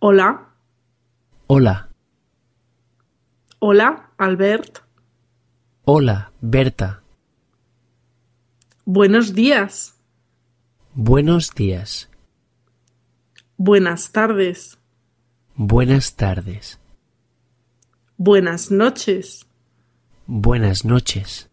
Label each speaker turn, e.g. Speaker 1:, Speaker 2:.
Speaker 1: Hola.
Speaker 2: Hola,
Speaker 1: Hola, Albert.
Speaker 2: hola, Berta.
Speaker 1: Buenos días.
Speaker 2: Buenos días.
Speaker 1: Buenas tardes.
Speaker 2: Buenas tardes.
Speaker 1: Buenas noches.
Speaker 2: Buenas noches.